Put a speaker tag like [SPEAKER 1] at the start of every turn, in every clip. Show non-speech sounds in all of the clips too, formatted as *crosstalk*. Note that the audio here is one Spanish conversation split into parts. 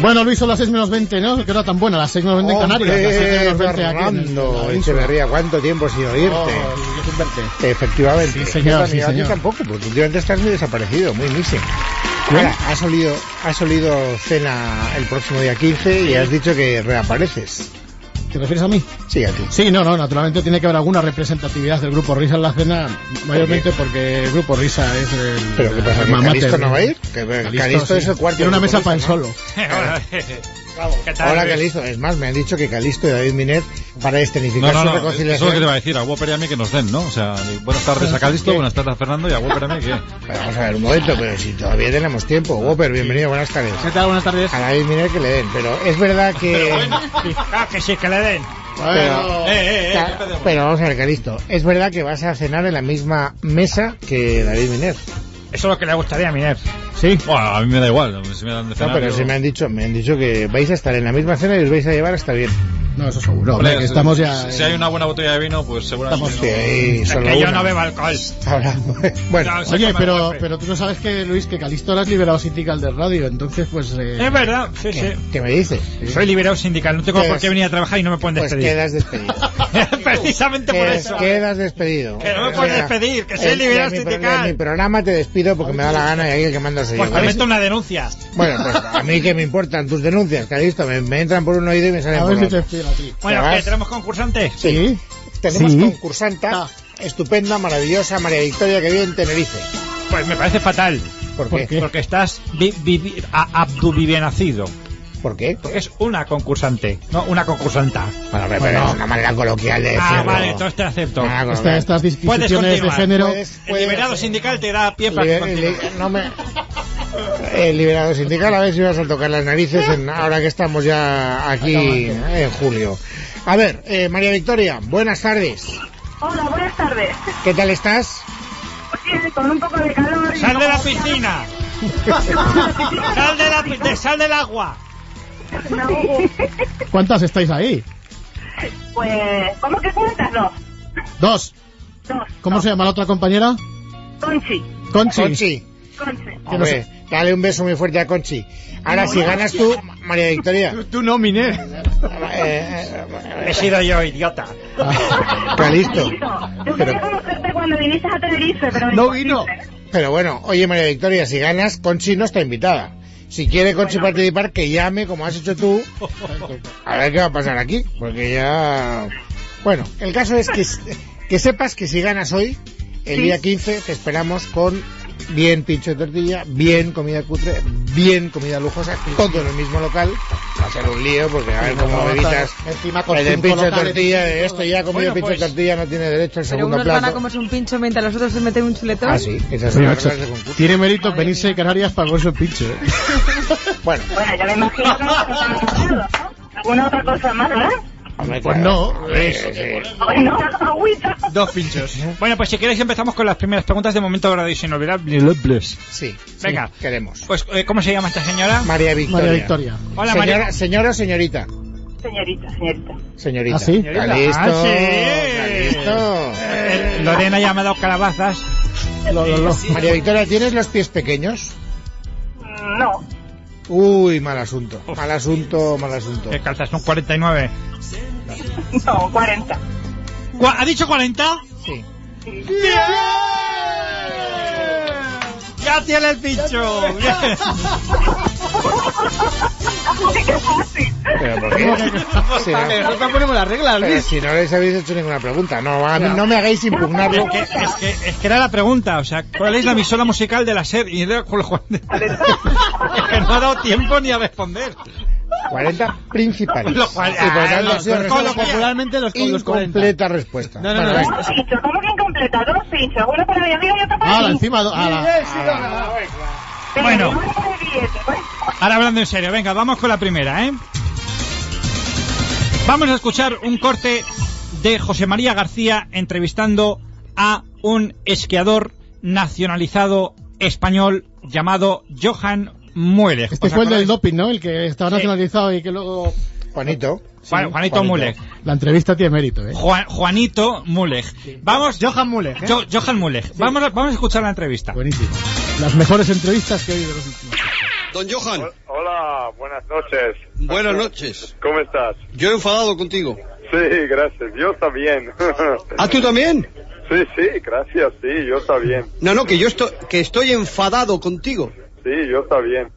[SPEAKER 1] Bueno, Luis, son las 6 menos 20, ¿no? Que era tan buena, las 6 menos 20 en Canarias. Las 6 menos 20 aquí en el- en
[SPEAKER 2] Fernando,
[SPEAKER 1] la península.
[SPEAKER 2] Echeverría, ¿cuánto tiempo sin oírte?
[SPEAKER 1] Oh, yo sin verte.
[SPEAKER 2] Efectivamente.
[SPEAKER 1] Sí, señor,
[SPEAKER 2] Esteban,
[SPEAKER 1] sí,
[SPEAKER 2] y a ti
[SPEAKER 1] señor.
[SPEAKER 2] tampoco, porque últimamente estás muy desaparecido, muy missing. Ahora, has olido, has olido cena el próximo día 15 y has dicho que reapareces.
[SPEAKER 1] ¿Te refieres a mí?
[SPEAKER 2] Sí, a ti.
[SPEAKER 1] Sí, no, no, naturalmente tiene que haber alguna representatividad del Grupo Risa en la cena, mayormente porque el Grupo Risa es el...
[SPEAKER 2] Pero ¿qué pasa?
[SPEAKER 1] el
[SPEAKER 2] ¿Que
[SPEAKER 1] alma mater.
[SPEAKER 2] Calisto no va a ir? Que- que Calisto es el cuarto
[SPEAKER 1] Tiene una
[SPEAKER 2] del
[SPEAKER 1] mesa
[SPEAKER 2] grupo,
[SPEAKER 1] para él
[SPEAKER 2] ¿no?
[SPEAKER 1] solo.
[SPEAKER 3] ¿Qué tal,
[SPEAKER 2] Ahora
[SPEAKER 3] Luis?
[SPEAKER 2] Calisto, es más, me han dicho que Calisto y David Miner para
[SPEAKER 4] No,
[SPEAKER 2] escenificar
[SPEAKER 4] no,
[SPEAKER 2] su
[SPEAKER 4] no, eso es lo
[SPEAKER 2] reconciliación.
[SPEAKER 4] que te iba a decir, a Whopper y a mí que nos den, ¿no? O sea, buenas tardes a Calisto, buenas tardes a Fernando y a Whopper y a mí que...
[SPEAKER 2] Pero vamos a ver un momento, pero si todavía tenemos tiempo. Whopper, bienvenido, buenas tardes.
[SPEAKER 1] ¿Qué tal? Buenas tardes.
[SPEAKER 2] A David Miner que le den, pero es verdad que...
[SPEAKER 3] *laughs* Ah, que sí, que le den. Eh,
[SPEAKER 2] Pero, Ca- pero vamos a ver, Calisto, es verdad que vas a cenar en la misma mesa que David Miner.
[SPEAKER 3] Eso es lo que le gustaría a Miner.
[SPEAKER 1] Sí.
[SPEAKER 4] Bueno, a mí me da igual, si me dan de
[SPEAKER 2] No,
[SPEAKER 4] cenar...
[SPEAKER 2] pero
[SPEAKER 4] yo-
[SPEAKER 2] se me han dicho, me han dicho que vais a estar en la misma cena y os vais a llevar hasta bien.
[SPEAKER 1] No, eso
[SPEAKER 4] Hombre,
[SPEAKER 1] seguro. hombre, que
[SPEAKER 4] si-
[SPEAKER 1] estamos ya... eh,
[SPEAKER 4] Si hay una buena botella de vino, pues seguramente...
[SPEAKER 2] Hostia,
[SPEAKER 4] no-
[SPEAKER 2] ahí
[SPEAKER 3] Es
[SPEAKER 2] solo
[SPEAKER 3] que yo
[SPEAKER 2] una.
[SPEAKER 3] no bebo alcohol.
[SPEAKER 2] Ahora, *laughs* bueno,
[SPEAKER 3] No, se
[SPEAKER 1] Oye,
[SPEAKER 3] come
[SPEAKER 1] pero,
[SPEAKER 3] golpe.
[SPEAKER 1] pero tú no sabes que, Luis, que Calisto lo has liberado sindical del radio, entonces pues... eh,
[SPEAKER 3] Es verdad, sí,
[SPEAKER 2] ¿qué,
[SPEAKER 3] sí.
[SPEAKER 2] qué me dices?
[SPEAKER 3] Soy liberado sindical, no tengo
[SPEAKER 2] Pues-
[SPEAKER 3] por qué venir a trabajar y no me pueden
[SPEAKER 2] Pues
[SPEAKER 3] despedir.
[SPEAKER 2] quedas despedido.
[SPEAKER 3] Precisamente *laughs* por
[SPEAKER 2] Quedas-
[SPEAKER 3] eso. ¿eh?
[SPEAKER 2] Quedas despedido.
[SPEAKER 3] Que no me puedes despedir, que soy
[SPEAKER 2] en-
[SPEAKER 3] liberal
[SPEAKER 2] en mi pro-
[SPEAKER 3] sindical.
[SPEAKER 2] En mi programa te despido porque me da la gana y ahí el que manda soy yo.
[SPEAKER 3] Pues te meto una denuncia.
[SPEAKER 2] Bueno, pues a mí que me importan tus denuncias, Calisto. Me, me entran por un oído y me salen
[SPEAKER 1] A
[SPEAKER 2] por
[SPEAKER 1] ver si
[SPEAKER 2] otro.
[SPEAKER 1] te espero a ti.
[SPEAKER 3] Bueno,
[SPEAKER 2] Vas.
[SPEAKER 3] que tenemos concursantes.
[SPEAKER 1] Sí.
[SPEAKER 2] Tenemos
[SPEAKER 1] Sí.
[SPEAKER 2] concursanta
[SPEAKER 1] Ah.
[SPEAKER 2] estupenda, maravillosa, María Victoria, que vive en Tenerife.
[SPEAKER 3] Pues me parece fatal.
[SPEAKER 2] ¿Por
[SPEAKER 1] ¿Por
[SPEAKER 2] qué?
[SPEAKER 1] qué?
[SPEAKER 3] Porque estás vi, vi- vi- a- abduvivenacido.
[SPEAKER 2] ¿Por qué?
[SPEAKER 3] Porque es una concursante, no una concursanta.
[SPEAKER 2] Bueno, hombre, pero es Ah, una manera coloquial de
[SPEAKER 3] Ah,
[SPEAKER 2] decirlo.
[SPEAKER 3] vale, entonces te acepto.
[SPEAKER 2] Una manera
[SPEAKER 1] Esta-
[SPEAKER 2] coloquial.
[SPEAKER 1] Este, estas
[SPEAKER 3] Puedes
[SPEAKER 1] disquisiciones de
[SPEAKER 3] continuar.
[SPEAKER 1] género...
[SPEAKER 2] ¿eh? Puedes-
[SPEAKER 3] El liberado sindical te da pie para que
[SPEAKER 2] Liber-
[SPEAKER 3] continúes.
[SPEAKER 2] li- no *laughs* me- El liberado sindical, a ver si vas a tocar las narices en- ahora que estamos ya aquí en julio. A ver, eh, María Victoria, buenas tardes.
[SPEAKER 5] Hola, buenas tardes.
[SPEAKER 2] ¿Qué tal estás?
[SPEAKER 5] Bien, con un poco de calor. y-
[SPEAKER 3] ¡Sal de la
[SPEAKER 5] *laughs*
[SPEAKER 3] piscina! *laughs* ¡Sal, de la, pi- de- sal del agua!
[SPEAKER 5] No.
[SPEAKER 1] ¿Cuántas estáis ahí?
[SPEAKER 5] Pues, ¿cómo que cuentas? No.
[SPEAKER 1] Dos.
[SPEAKER 5] Dos.
[SPEAKER 1] ¿Cómo se llama la otra compañera?
[SPEAKER 5] Conchi.
[SPEAKER 1] Conchi.
[SPEAKER 2] Conchi.
[SPEAKER 5] Conchi.
[SPEAKER 2] Hombre, dale un beso muy fuerte a Conchi. Ahora, si ganas tú, María Victoria. *laughs*
[SPEAKER 1] Tú no, Miner.
[SPEAKER 2] eh, eh,
[SPEAKER 3] He sido yo, idiota.
[SPEAKER 2] Calisto.
[SPEAKER 5] Yo
[SPEAKER 2] Pero-
[SPEAKER 5] quería conocerte cuando viniste a Tenerife, pero...
[SPEAKER 1] No vino.
[SPEAKER 2] Pero bueno, oye María Victoria, si ganas, Conchi no está invitada. Si quiere Conchi participar, que llame, como has hecho tú, a ver qué va a pasar aquí, porque ya... Bueno, el caso es que, que sepas que si ganas hoy, el
[SPEAKER 5] Sí.
[SPEAKER 2] día 15, te esperamos con bien pincho de tortilla, bien comida cutre, bien comida lujosa, todo en el mismo local. Va a ser un lío, porque a ver cómo me evitas...
[SPEAKER 1] Encima con
[SPEAKER 2] El de
[SPEAKER 1] cinco
[SPEAKER 2] pincho de
[SPEAKER 1] locales,
[SPEAKER 2] tortilla,
[SPEAKER 1] cinco-
[SPEAKER 2] esto ya ha comido
[SPEAKER 3] Bueno,
[SPEAKER 2] pincho
[SPEAKER 3] pues-
[SPEAKER 2] de tortilla, no tiene derecho
[SPEAKER 6] Pero
[SPEAKER 2] al segundo
[SPEAKER 6] unos van a
[SPEAKER 2] plato.
[SPEAKER 6] comerse un pincho mientras los otros se meten un chuletón.
[SPEAKER 2] Ah, sí, esas son
[SPEAKER 1] Oye,
[SPEAKER 2] las
[SPEAKER 1] macho,
[SPEAKER 2] reglas de concurso.
[SPEAKER 1] tiene mérito venirse de Canarias para comerse un pinche. ¿eh?
[SPEAKER 2] Bueno,
[SPEAKER 5] Bueno, ya me imagino que no te han pasado, ¿no? ¿Alguna otra cosa más, verdad?
[SPEAKER 2] Hombre,
[SPEAKER 1] Pues
[SPEAKER 2] claro.
[SPEAKER 1] no,
[SPEAKER 2] Eh,
[SPEAKER 1] eso,
[SPEAKER 2] sí.
[SPEAKER 5] Bueno, *laughs* agüita.
[SPEAKER 1] Dos pinchos.
[SPEAKER 3] Bueno, pues si queréis empezamos con las primeras preguntas de momento ahora sin olvidables.
[SPEAKER 2] Sí,
[SPEAKER 3] Venga.
[SPEAKER 2] sí, queremos.
[SPEAKER 3] Pues, eh, ¿cómo se llama esta señora?
[SPEAKER 2] María Victoria.
[SPEAKER 1] María Victoria.
[SPEAKER 3] Hola,
[SPEAKER 2] señora,
[SPEAKER 3] María.
[SPEAKER 2] señora o señorita.
[SPEAKER 5] Señorita, señorita.
[SPEAKER 2] Señorita.
[SPEAKER 1] ¿Ah, sí?
[SPEAKER 2] Está listo.
[SPEAKER 3] Ah, sí.
[SPEAKER 2] está listo.
[SPEAKER 3] Eh, Lorena llamada Calabazas.
[SPEAKER 1] Lo, lo, lo.
[SPEAKER 2] María Victoria, ¿tienes los pies pequeños?
[SPEAKER 5] Mm, No. *laughs*
[SPEAKER 2] Uy, mal asunto. Mal asunto, mal asunto.
[SPEAKER 3] Que calzas un 49.
[SPEAKER 5] No, 40.
[SPEAKER 3] ¿Cu- ¿Ha dicho 40?
[SPEAKER 2] Sí.
[SPEAKER 3] ¡Ya tiene el *laughs* pincho! Bien.
[SPEAKER 5] ¡Qué fácil!
[SPEAKER 2] Pero ¿por qué? Si no-
[SPEAKER 1] ponemos las reglas,
[SPEAKER 2] pero si no les habéis hecho ninguna pregunta, no, a mí no me hagáis impugnarlo.
[SPEAKER 3] Es que, es, que, es que era la pregunta, o sea, ¿cuál es la emisora musical de la SER? Y era con los 40. *laughs* Es que no ha dado tiempo ni a responder.
[SPEAKER 2] 40 principales.
[SPEAKER 3] Los cual-
[SPEAKER 2] Y por
[SPEAKER 3] ah,
[SPEAKER 2] tanto,
[SPEAKER 3] los-
[SPEAKER 2] ha sido
[SPEAKER 3] los-
[SPEAKER 2] resuelto
[SPEAKER 3] los-
[SPEAKER 1] Popularmente los,
[SPEAKER 2] con
[SPEAKER 1] los 40.
[SPEAKER 2] incompleta respuesta.
[SPEAKER 1] No, no,
[SPEAKER 2] Bueno,
[SPEAKER 1] no,
[SPEAKER 2] venga.
[SPEAKER 5] Dos pinchos, ¿cómo que incompleta? Dos pinchos, uno para mi amiga y otro para
[SPEAKER 1] Ala,
[SPEAKER 5] mí.
[SPEAKER 1] encima. do- ala.
[SPEAKER 5] Venga,
[SPEAKER 3] Bueno.
[SPEAKER 5] uno para el billete, pues.
[SPEAKER 3] Ahora hablando en serio, venga, vamos con la primera, ¿eh? Vamos a escuchar un corte de José María García entrevistando a un esquiador nacionalizado español llamado Johan Muelech.
[SPEAKER 1] Este
[SPEAKER 3] ¿Os
[SPEAKER 1] fue el del
[SPEAKER 3] acordáis?
[SPEAKER 1] doping, ¿no? El que estaba
[SPEAKER 3] Sí.
[SPEAKER 1] nacionalizado y que luego.
[SPEAKER 2] Juanito.
[SPEAKER 3] Juan- Juanito
[SPEAKER 2] Juanito.
[SPEAKER 3] Muelech.
[SPEAKER 1] La entrevista tiene mérito, ¿eh?
[SPEAKER 3] Juan- Juanito Muleg. Vamos,
[SPEAKER 1] Johan Muller,
[SPEAKER 3] Jo- Johan Muleg. Vamos, a, vamos a escuchar la entrevista.
[SPEAKER 1] Buenísimo. Las mejores entrevistas que he oído de los últimos. años.
[SPEAKER 7] Don Johan,
[SPEAKER 8] Hol- Hola, buenas noches.
[SPEAKER 7] buenas noches.
[SPEAKER 8] ¿Cómo estás?
[SPEAKER 7] Yo he enfadado contigo.
[SPEAKER 8] Sí, gracias. Yo está bien.
[SPEAKER 7] ¿Ah, tú también?
[SPEAKER 8] Sí, sí, gracias. Sí, yo está bien.
[SPEAKER 7] No, no, que yo estoy, que estoy enfadado contigo.
[SPEAKER 8] Sí, yo está bien.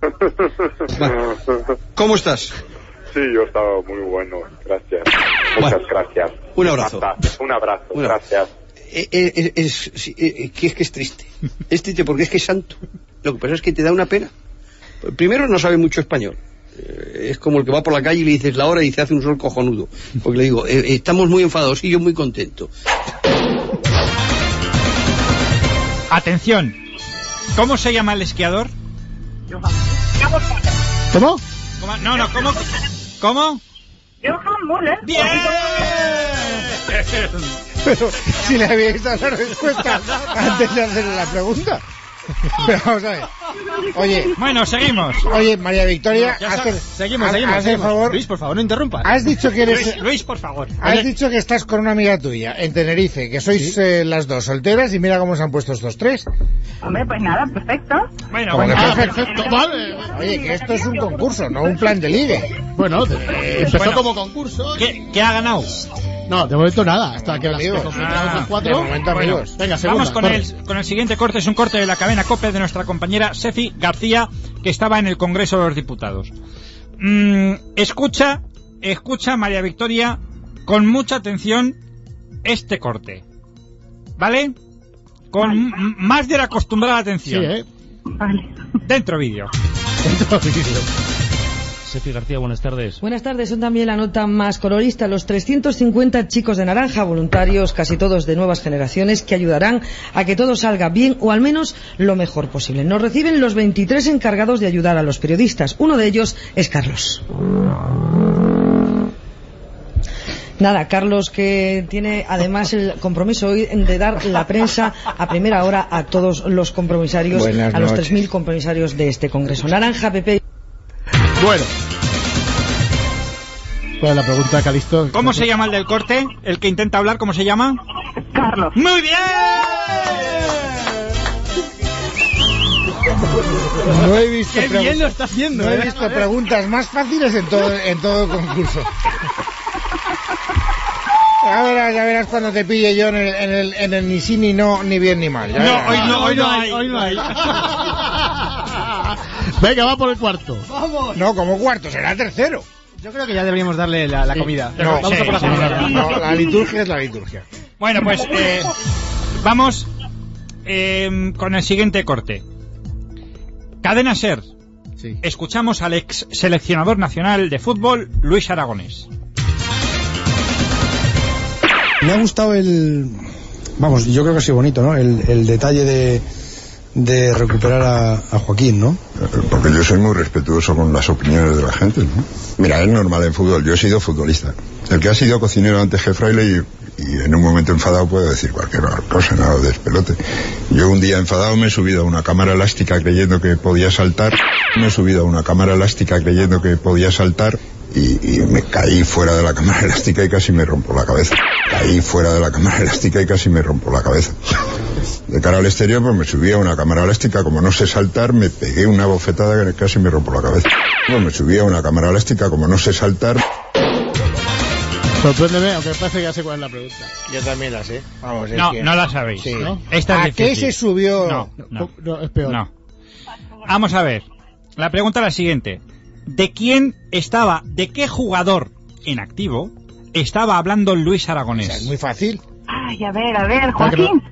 [SPEAKER 7] ¿Cómo estás?
[SPEAKER 8] Sí, yo estaba muy bueno. Gracias. Muchas
[SPEAKER 7] Bueno,
[SPEAKER 8] gracias.
[SPEAKER 7] un abrazo.
[SPEAKER 8] Hasta- Un abrazo.
[SPEAKER 7] Un abrazo.
[SPEAKER 8] Gracias.
[SPEAKER 7] Eh, eh, eh, es, sí, eh, eh, que es que es *laughs* triste. Es triste porque es que es santo. Lo que pasa es que te da una pena. Primero, no sabe mucho español. Eh, Es como el que va por la calle y le dices la hora y dice hace un sol cojonudo. Porque le digo, eh, estamos muy enfadados y yo muy contento.
[SPEAKER 3] Atención. ¿Cómo se llama el esquiador?
[SPEAKER 5] Johan. Johan Muller.
[SPEAKER 1] ¿Cómo?
[SPEAKER 3] ¿Cómo? No, no, ¿cómo? ¿Cómo?
[SPEAKER 5] Johan Muller.
[SPEAKER 3] ¡Bien!
[SPEAKER 2] Pero si le habíais dado la respuesta antes de hacerle la pregunta. Pero vamos a ver. Oye,
[SPEAKER 3] *laughs* Bueno, seguimos.
[SPEAKER 2] oye, María Victoria,
[SPEAKER 3] Ya
[SPEAKER 2] haz
[SPEAKER 3] sa-
[SPEAKER 2] el-
[SPEAKER 3] seguimos,
[SPEAKER 2] haz-
[SPEAKER 3] seguimos.
[SPEAKER 2] haz el
[SPEAKER 3] seguimos.
[SPEAKER 2] favor.
[SPEAKER 3] Luis, por favor, no interrumpas.
[SPEAKER 2] Has dicho que eres...
[SPEAKER 3] Luis, Luis, por favor.
[SPEAKER 2] Has dicho que estás con una amiga tuya en Tenerife, que sois eh, las dos solteras y mira cómo se han puesto estos tres.
[SPEAKER 5] Hombre, pues nada, perfecto.
[SPEAKER 3] Bueno,
[SPEAKER 2] Como
[SPEAKER 3] bueno.
[SPEAKER 2] que
[SPEAKER 1] Ah,
[SPEAKER 2] perfecto.
[SPEAKER 1] perfecto, vale.
[SPEAKER 2] Oye, que esto es un concurso, no un plan de ligue.
[SPEAKER 1] Bueno, de- empezó
[SPEAKER 3] Bueno.
[SPEAKER 1] como concurso.
[SPEAKER 3] ¿Qué, qué ha ganado?
[SPEAKER 1] No, de momento nada. Hasta que las
[SPEAKER 2] Amigos.
[SPEAKER 1] las
[SPEAKER 3] Ah,
[SPEAKER 1] otras cuatro.
[SPEAKER 2] de momento
[SPEAKER 1] Bueno,
[SPEAKER 2] amigos.
[SPEAKER 1] Venga, segunda,
[SPEAKER 3] Vamos con
[SPEAKER 1] corre.
[SPEAKER 3] el, con el siguiente corte. Es un corte de la cadena COPE de nuestra compañera Sefi García, que estaba en el Congreso de los Diputados. Mm, escucha, escucha, María Victoria, con mucha atención este corte. ¿Vale? Con m- m- más de la acostumbrada
[SPEAKER 1] Sí,
[SPEAKER 3] atención.
[SPEAKER 1] ¿eh?
[SPEAKER 5] Vale.
[SPEAKER 3] Dentro vídeo.
[SPEAKER 1] *laughs*
[SPEAKER 9] Sefi García, buenas tardes.
[SPEAKER 6] Buenas tardes, son también la nota más colorista. Los 350 chicos de naranja, voluntarios, casi todos de nuevas generaciones, que ayudarán a que todo salga bien o al menos lo mejor posible. Nos reciben los 23 encargados de ayudar a los periodistas. Uno de ellos es Carlos. Nada, Carlos, que tiene además el compromiso hoy de dar la prensa a primera hora a todos los compromisarios,
[SPEAKER 2] Buenas
[SPEAKER 6] a los
[SPEAKER 2] noches.
[SPEAKER 6] 3.000 compromisarios de este Congreso. Naranja, Pepe.
[SPEAKER 1] Bueno. ¿Cuál es la pregunta, Calixto?
[SPEAKER 3] ¿Cómo se llama el del corte? El que intenta hablar, ¿cómo se llama?
[SPEAKER 5] Carlos.
[SPEAKER 3] ¡Muy bien!
[SPEAKER 2] No he visto, pregun-
[SPEAKER 3] está haciendo, eh!
[SPEAKER 2] no he visto preguntas más fáciles en todo, en todo el concurso. Ya verás, ya verás cuando te pille yo en el, en el, en el ni sí ni no, ni bien ni mal. Ya
[SPEAKER 3] No,
[SPEAKER 2] verás.
[SPEAKER 3] hoy no, Ah. hoy no hay.
[SPEAKER 1] *laughs*
[SPEAKER 3] *laughs*
[SPEAKER 1] Venga, va por el cuarto.
[SPEAKER 2] No, como cuarto, será tercero.
[SPEAKER 9] Yo creo que ya deberíamos darle la, la comida.
[SPEAKER 2] No,
[SPEAKER 3] vamos a por la
[SPEAKER 2] sí,
[SPEAKER 3] comida.
[SPEAKER 2] no, la liturgia es la liturgia.
[SPEAKER 3] Bueno, pues eh, vamos eh, con el siguiente corte. Cadena Ser.
[SPEAKER 1] Sí.
[SPEAKER 3] Escuchamos al ex seleccionador nacional de fútbol, Luis Aragonés.
[SPEAKER 10] Me ha gustado el. Vamos, yo creo que ha sido bonito, ¿no? El, el detalle de, de recuperar a, a Joaquín, ¿no?
[SPEAKER 11] Eh, Porque yo soy muy respetuoso con las opiniones de la gente, ¿no? Mira, es normal en fútbol, yo he sido futbolista. El que ha sido cocinero antes que fraile y, y en un momento enfadado puede decir cualquier cosa, nada de despelote. Yo un día enfadado me he subido a una cámara elástica creyendo que podía saltar, me he subido a una cámara elástica creyendo que podía saltar y, y me caí fuera de la cámara *laughs* elástica y casi me rompo la cabeza. Caí fuera de la cámara elástica y casi me rompo la cabeza. De cara al exterior, pues me subí a una cámara elástica. Como no sé saltar, me pegué una bofetada que casi me rompo la cabeza. Pues me subí a una cámara elástica. Como no sé saltar,
[SPEAKER 1] Sorpréndeme, aunque parece que ya sé cuál es la pregunta.
[SPEAKER 2] Yo también la sé. Vamos, es
[SPEAKER 3] No,
[SPEAKER 2] que-
[SPEAKER 3] no la sabéis.
[SPEAKER 2] Sí.
[SPEAKER 3] ¿no? Esta
[SPEAKER 2] ¿A
[SPEAKER 3] es
[SPEAKER 2] qué
[SPEAKER 3] difícil.
[SPEAKER 2] se subió?
[SPEAKER 3] No, no,
[SPEAKER 1] No, es peor.
[SPEAKER 3] no. Vamos a ver. La pregunta es la siguiente. ¿De quién estaba, de qué jugador en activo estaba hablando Luis
[SPEAKER 2] O sea, es
[SPEAKER 3] Aragonés?
[SPEAKER 2] muy fácil.
[SPEAKER 5] Ay, a ver, a ver, Joaquín.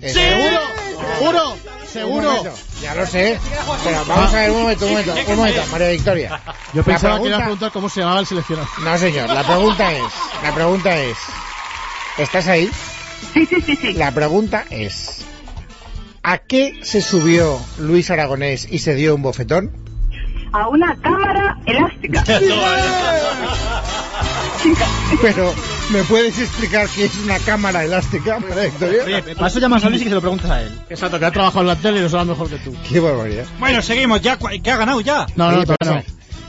[SPEAKER 2] Es-
[SPEAKER 1] ¡Seguro! ¡Seguro!
[SPEAKER 2] Un
[SPEAKER 1] ¡Seguro!
[SPEAKER 2] momento, Ya lo sé. Pero vamos a ver un momento, un momento, un momento, María Victoria.
[SPEAKER 1] Yo
[SPEAKER 2] La
[SPEAKER 1] pensaba que iba a
[SPEAKER 2] pregunta-
[SPEAKER 1] preguntar cómo se llamaba el seleccionador.
[SPEAKER 2] No, señor, la pregunta es, la pregunta es, ¿estás ahí?
[SPEAKER 5] Sí, sí, sí, sí.
[SPEAKER 2] La pregunta es, ¿a qué se subió Luis Aragonés y se dio un bofetón?
[SPEAKER 5] A una cámara elástica.
[SPEAKER 2] Pero, ¿me puedes explicar qué es una cámara elástica, María Victoria?
[SPEAKER 9] Para eso llamas a Luis y que se lo preguntas a él.
[SPEAKER 1] Exacto, que ha trabajado en la tele y lo sabe mejor que tú.
[SPEAKER 2] Qué barbaridad.
[SPEAKER 3] Bueno, seguimos. Ya, cua- ¿Qué ha ganado ya?
[SPEAKER 1] No, no,
[SPEAKER 2] Oye,
[SPEAKER 1] todavía
[SPEAKER 2] pero,
[SPEAKER 1] no.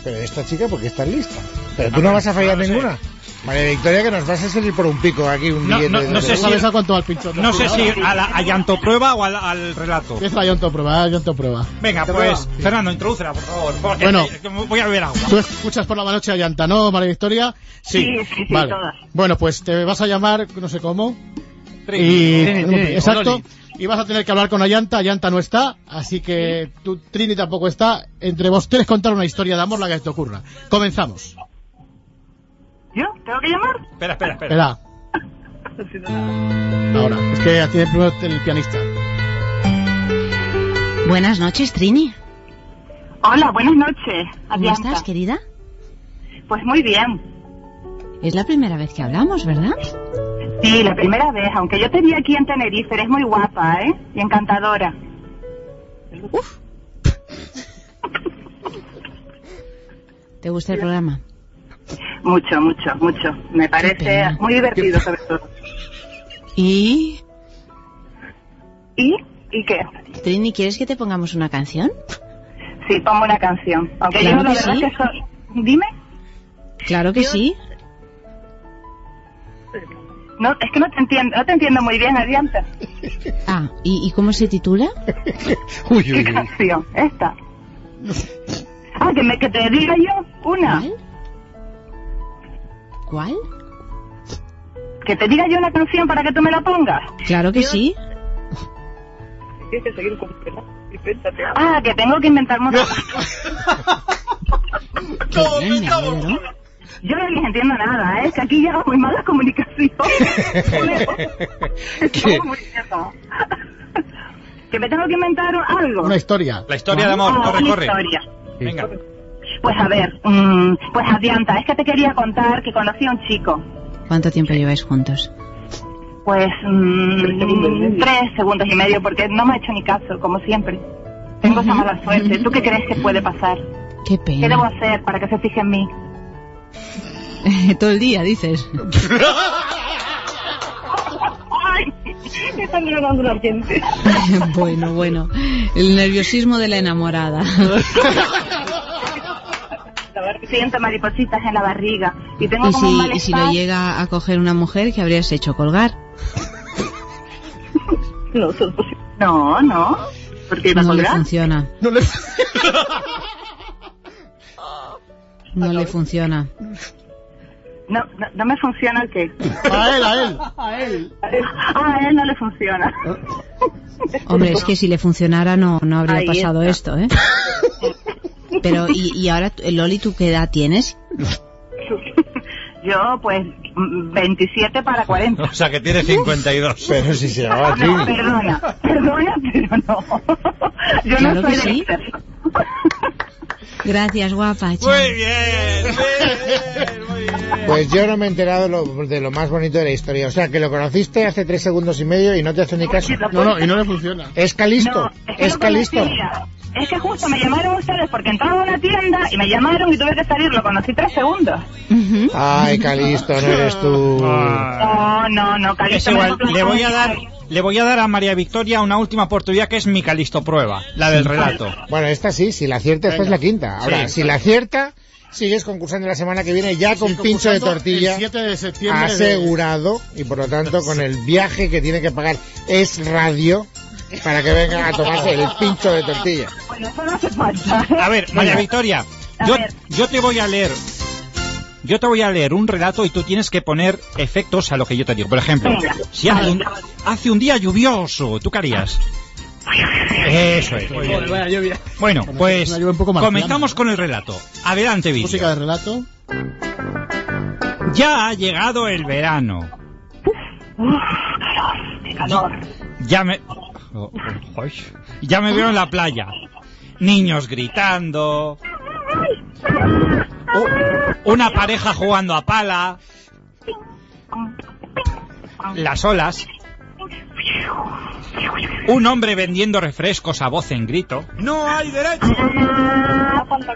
[SPEAKER 2] pero esta chica, ¿por qué estás lista? Pero tú no vas a fallar
[SPEAKER 3] no lo sé.
[SPEAKER 2] ninguna. María Victoria, que nos vas a salir por un pico aquí un
[SPEAKER 3] No,
[SPEAKER 2] billete.
[SPEAKER 3] no, no sé si-
[SPEAKER 1] ¿Sabes a cuánto va el pinchón?
[SPEAKER 3] No sé si a, la, a llanto prueba o al, al relato.
[SPEAKER 1] Empieza yo en tu prueba, yo en tu prueba.
[SPEAKER 3] Venga,
[SPEAKER 1] Te
[SPEAKER 3] pues,
[SPEAKER 1] prueba.
[SPEAKER 3] Fernando, introdúcela, por favor. porque
[SPEAKER 1] Bueno.
[SPEAKER 3] me- voy a beber agua.
[SPEAKER 1] ¿Tú escuchas por la noche a Llanta, no, María Victoria?
[SPEAKER 3] Sí, sí, sí,
[SPEAKER 1] vale.
[SPEAKER 3] todas.
[SPEAKER 1] Bueno, pues te vas a llamar, no sé cómo.
[SPEAKER 3] Trini.
[SPEAKER 1] Y,
[SPEAKER 3] Trini, Trini, o
[SPEAKER 1] exacto.
[SPEAKER 3] Loli.
[SPEAKER 1] Y vas a tener que hablar con Ayanta. Ayanta no está, así que tu Trini tampoco está. Entre vos tres contar una historia de amor la que se te ocurra. Comenzamos.
[SPEAKER 5] ¿Yo? ¿Tengo que llamar?
[SPEAKER 3] Espera, espera, espera.
[SPEAKER 1] Espera. Ahora. Es que tiene primero el pianista.
[SPEAKER 12] Buenas noches, Trini.
[SPEAKER 5] Hola, buenas noches.
[SPEAKER 12] ¿Cómo
[SPEAKER 5] Adianta.
[SPEAKER 12] estás, querida?
[SPEAKER 5] Pues muy bien.
[SPEAKER 12] Es la primera vez que hablamos, ¿verdad?
[SPEAKER 5] Sí, la primera vez, aunque yo te vi aquí en Tenerife, eres muy guapa, ¿eh? Y encantadora.
[SPEAKER 12] ¿Te gusta el programa?
[SPEAKER 5] Mucho, mucho, mucho. Me parece
[SPEAKER 12] pena.
[SPEAKER 5] muy divertido, sobre todo.
[SPEAKER 12] ¿Y?
[SPEAKER 5] ¿Y? ¿Y qué?
[SPEAKER 12] Trini, ¿quieres que te pongamos una canción?
[SPEAKER 5] Sí, pongo una canción. Aunque
[SPEAKER 12] Claro
[SPEAKER 5] yo la
[SPEAKER 12] que
[SPEAKER 5] verdad
[SPEAKER 12] sí.
[SPEAKER 5] es que soy... Dime.
[SPEAKER 12] Claro que sí.
[SPEAKER 5] No, es que no te entiendo, no te entiendo muy bien, Adianta.
[SPEAKER 12] Ah, ¿y, y cómo se titula?
[SPEAKER 5] uy, uy. ¿Qué canción? Esta. Ah, que, me, que te diga yo una.
[SPEAKER 12] ¿Cuál?
[SPEAKER 5] Que te diga yo una canción para que tú me la pongas.
[SPEAKER 12] Claro que sí.
[SPEAKER 5] Tienes que seguir con Ah, que tengo que inventarme otra
[SPEAKER 12] Qué bien, me alegro.
[SPEAKER 5] Yo no les entiendo nada, ¿eh? Que aquí llega muy mala comunicación. Estamos muy lejos. que me tengo que inventar algo.
[SPEAKER 1] Una historia.
[SPEAKER 3] La historia de amor,
[SPEAKER 5] Ah,
[SPEAKER 3] corre,
[SPEAKER 5] una
[SPEAKER 3] corre.
[SPEAKER 5] historia.
[SPEAKER 3] Venga.
[SPEAKER 5] Pues a ver, mm, pues adianta. Es que te quería contar que conocí a un chico.
[SPEAKER 12] ¿Cuánto tiempo lleváis juntos?
[SPEAKER 5] Pues mm, tres segundos y medio, porque no me ha hecho ni caso, como siempre. Tengo esa mala suerte. ¿Tú qué crees que puede pasar?
[SPEAKER 12] Qué
[SPEAKER 5] ¿Qué debo
[SPEAKER 12] pena.
[SPEAKER 5] hacer para que se fije en mí?
[SPEAKER 12] *laughs* Todo el día, dices.
[SPEAKER 5] ¡Ay! Me están grabando los dientes.
[SPEAKER 12] bueno, bueno. El nerviosismo de la *laughs* enamorada.
[SPEAKER 5] Siento maripositas en la barriga. Y tengo
[SPEAKER 12] ¿Y
[SPEAKER 5] como un
[SPEAKER 12] si, y si
[SPEAKER 5] malestar.
[SPEAKER 12] lo llega a coger una mujer, que habrías hecho? ¿Colgar?
[SPEAKER 5] No, eso es posible. no, no. Porque va a
[SPEAKER 12] No le
[SPEAKER 5] colgar.
[SPEAKER 12] funciona.
[SPEAKER 1] No le...
[SPEAKER 12] *laughs* No le funciona.
[SPEAKER 5] No, no, no me funciona el qué.
[SPEAKER 1] A él, a él.
[SPEAKER 5] *laughs* A él. Ah, a él no le funciona.
[SPEAKER 12] Hombre, es que si le funcionara no, no habría
[SPEAKER 5] Ahí
[SPEAKER 12] pasado
[SPEAKER 5] está.
[SPEAKER 12] esto, ¿eh?
[SPEAKER 5] *laughs*
[SPEAKER 12] Pero, ¿y, y ahora, tú- Loli, tú qué edad tienes?
[SPEAKER 5] Yo, pues, mm, 27 para 40.
[SPEAKER 4] O sea, que tiene 52.
[SPEAKER 2] Pero si se
[SPEAKER 3] Ah,
[SPEAKER 2] llamaba
[SPEAKER 5] No,
[SPEAKER 2] Trini.
[SPEAKER 5] Ah, perdona, perdona, pero
[SPEAKER 3] *laughs*
[SPEAKER 5] no. Yo
[SPEAKER 12] Claro
[SPEAKER 5] no soy
[SPEAKER 12] que sí.
[SPEAKER 5] del exterior.
[SPEAKER 12] Gracias, guapa. chao.
[SPEAKER 3] Muy bien, muy bien, muy bien.
[SPEAKER 2] Pues yo no me he enterado de lo, de lo más bonito de la historia. O sea, que lo conociste hace tres segundos y medio y no te hace ni caso.
[SPEAKER 1] No, no, y no le funciona.
[SPEAKER 2] Es calisto,
[SPEAKER 5] No, es que
[SPEAKER 2] es
[SPEAKER 5] no
[SPEAKER 2] calisto.
[SPEAKER 5] conocía. Es que justo me llamaron ustedes porque entraron a una tienda y me llamaron y tuve que salir, lo conocí tres segundos.
[SPEAKER 12] Ujú.
[SPEAKER 2] Ay, calisto, no eres tú.
[SPEAKER 5] Ah. No, Oh, no, no,
[SPEAKER 3] Ah. Es
[SPEAKER 5] Calixto.
[SPEAKER 3] igual,
[SPEAKER 5] me lo
[SPEAKER 3] le voy a
[SPEAKER 5] planteó.
[SPEAKER 3] dar, le voy a dar a María Victoria una última oportunidad que es mi Calisto prueba, la del relato.
[SPEAKER 2] Bueno, esta sí, si la acierta,
[SPEAKER 1] Venga.
[SPEAKER 2] esta es la quinta. Ahora,
[SPEAKER 3] Sí.
[SPEAKER 2] si la acierta, sigues concursando la semana que viene ya con pincho de tortilla
[SPEAKER 1] El 7 de septiembre. de-
[SPEAKER 2] asegurado y por lo tanto con el viaje que tiene que pagar es radio para que vengan a tomarse el pincho de tortilla.
[SPEAKER 5] Bueno, eso no hace falta.
[SPEAKER 3] A ver, María Victoria,
[SPEAKER 5] A
[SPEAKER 3] yo,
[SPEAKER 5] ver.
[SPEAKER 3] yo te voy a leer. Yo te voy a leer un relato y tú tienes que poner efectos a lo que yo te digo. Por ejemplo,
[SPEAKER 5] Venga.
[SPEAKER 3] si hace un, hace un día lluvioso, ¿tú qué harías? Eso es. muy bien.
[SPEAKER 1] Joder, vaya lluvia.
[SPEAKER 3] Bueno,
[SPEAKER 1] Bueno,
[SPEAKER 3] pues
[SPEAKER 1] una lluvia un poco marciana.
[SPEAKER 3] comenzamos con el relato. Adelante, Vicky.
[SPEAKER 1] Música de relato.
[SPEAKER 3] Ya ha llegado el verano.
[SPEAKER 5] Uf, calor, qué calor.
[SPEAKER 3] Ya me... jo- joy. Ya me veo en la playa. Niños gritando. u- Una pareja jugando a pala. Las olas. Un hombre vendiendo refrescos a voz en grito. ¡No hay derecho!
[SPEAKER 5] Ah, falta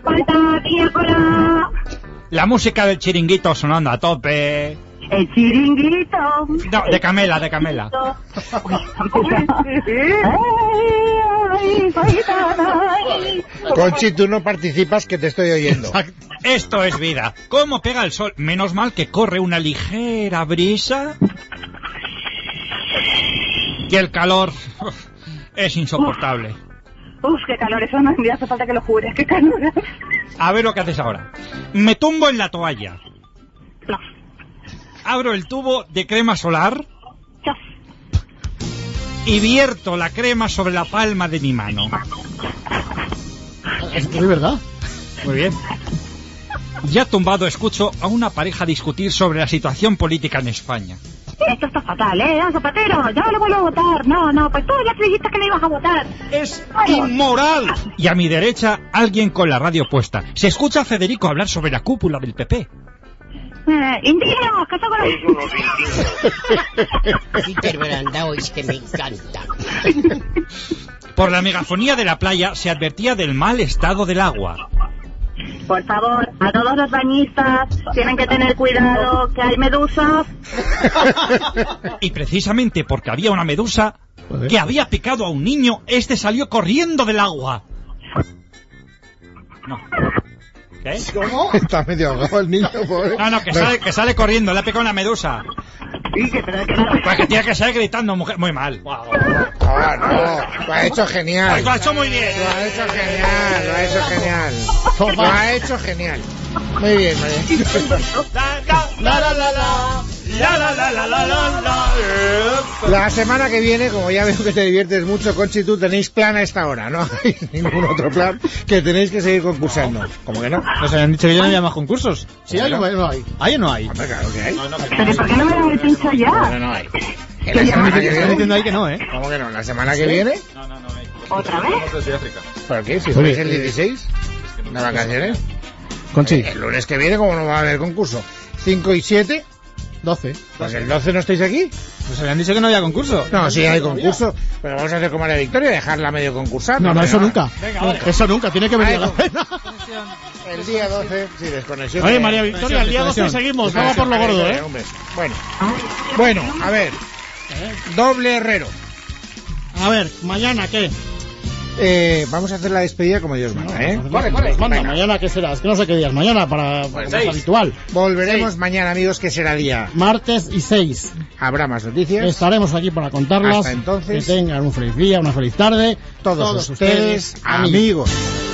[SPEAKER 5] tierra.
[SPEAKER 3] *laughs* La música del chiringuito sonando a tope.
[SPEAKER 5] El chiringuito.
[SPEAKER 3] No, de Camela, de Camela.
[SPEAKER 5] Ay, ay, ay, ay, ay, ay, ay,
[SPEAKER 2] Conchi, tú no participas que te estoy oyendo.
[SPEAKER 3] Esto es vida. ¿Cómo pega el sol? Menos mal que corre una ligera brisa. Y el calor uf, es insoportable.
[SPEAKER 5] Uf, qué calor, eso no hace falta que lo jures, qué calor.
[SPEAKER 3] A ver lo que haces ahora. Me tumbo en la toalla. Abro el tubo de crema solar. Y vierto la crema sobre la palma de mi mano.
[SPEAKER 1] Ah, Es muy verdad.
[SPEAKER 3] Muy bien. Ya tumbado escucho a una pareja discutir sobre la situación política en España.
[SPEAKER 5] Esto está fatal, ¿eh? Ah, Zapatero, ya no lo vuelvo a votar. No, no, pues tú ya te dijiste que le ibas a votar.
[SPEAKER 3] Es inmoral. Y a mi derecha, alguien con la radio puesta. Se escucha a Federico hablar sobre la cúpula del PP.
[SPEAKER 5] Eh, indignos, que son los...
[SPEAKER 13] Peter Brandao es que me encanta.
[SPEAKER 3] Por la megafonía de la playa se advertía del mal estado del agua.
[SPEAKER 5] Por favor, a todos los bañistas tienen que tener cuidado que hay medusas.
[SPEAKER 3] Y precisamente porque había una medusa que había picado a un niño, este salió corriendo del agua. ¿Qué?
[SPEAKER 2] ¿Cómo? *laughs* Está medio ahogado el niño, pobre.
[SPEAKER 3] No, no, que sale, que sale corriendo, le ha picado una medusa. Pues que tiene que salir gritando, mujer. Muy mal.
[SPEAKER 2] Ah, no, lo ha hecho genial.
[SPEAKER 3] Lo ha hecho muy bien.
[SPEAKER 2] Lo ha hecho genial, lo ha hecho genial. Lo ha hecho genial. Muy bien, *laughs* La semana que viene, como ya veo que te diviertes mucho, Conchi, tú tenéis plan a esta hora, ¿no? Hay *laughs* ningún otro plan que tenéis que seguir concursando. ¿Cómo que no?
[SPEAKER 9] Nos habían dicho que ya no había más concursos.
[SPEAKER 1] Sí, hay o no hay.
[SPEAKER 9] ¿Hay o no hay?
[SPEAKER 2] Hombre, claro que hay.
[SPEAKER 5] Pero ¿por qué no me dan el pincho ya?
[SPEAKER 2] No hay. En la semana que
[SPEAKER 9] Están
[SPEAKER 2] viene.
[SPEAKER 9] diciendo ahí que no, ¿eh?
[SPEAKER 2] ¿Cómo que no? ¿La semana que viene?
[SPEAKER 5] ¿Otra vez?
[SPEAKER 4] de Sudáfrica.
[SPEAKER 2] ¿Pero qué? ¿Si fuerais el 16? ¿De vacaciones?
[SPEAKER 9] Conchi.
[SPEAKER 2] El lunes que viene, como no va a haber concurso. 5 y 7,
[SPEAKER 1] 12.
[SPEAKER 2] pues el 12 no estáis aquí.
[SPEAKER 9] Nos habían dicho que no había concurso.
[SPEAKER 2] No, sí hay concurso, pero vamos a hacer como la victoria, dejarla medio concursar.
[SPEAKER 1] No, no, eso nunca.
[SPEAKER 3] Venga, vale.
[SPEAKER 1] Eso nunca, tiene que venir a la
[SPEAKER 2] Vale.
[SPEAKER 1] pena.
[SPEAKER 2] El día 12, sí, desconexión.
[SPEAKER 1] Oye, María Victoria, el día 12 seguimos. Vamos por lo gordo, ¿eh?
[SPEAKER 2] Hombre. Bueno, bueno, a ver. Doble herrero.
[SPEAKER 1] ¿eh? A ver, mañana, ¿qué?
[SPEAKER 2] Eh, vamos a hacer la despedida como Dios manda, ¿eh? Corre, corre.
[SPEAKER 1] Manda,
[SPEAKER 2] Venga.
[SPEAKER 1] mañana, ¿qué será? Es que no sé qué día es mañana para como es
[SPEAKER 3] seis.
[SPEAKER 1] habitual.
[SPEAKER 2] Volveremos mañana, amigos, que será día.
[SPEAKER 1] Martes y 6.
[SPEAKER 2] Habrá más noticias.
[SPEAKER 1] Estaremos aquí para contarlas.
[SPEAKER 2] Hasta entonces.
[SPEAKER 1] Que tengan un feliz día, una feliz tarde.
[SPEAKER 2] Todos, ustedes, amigos.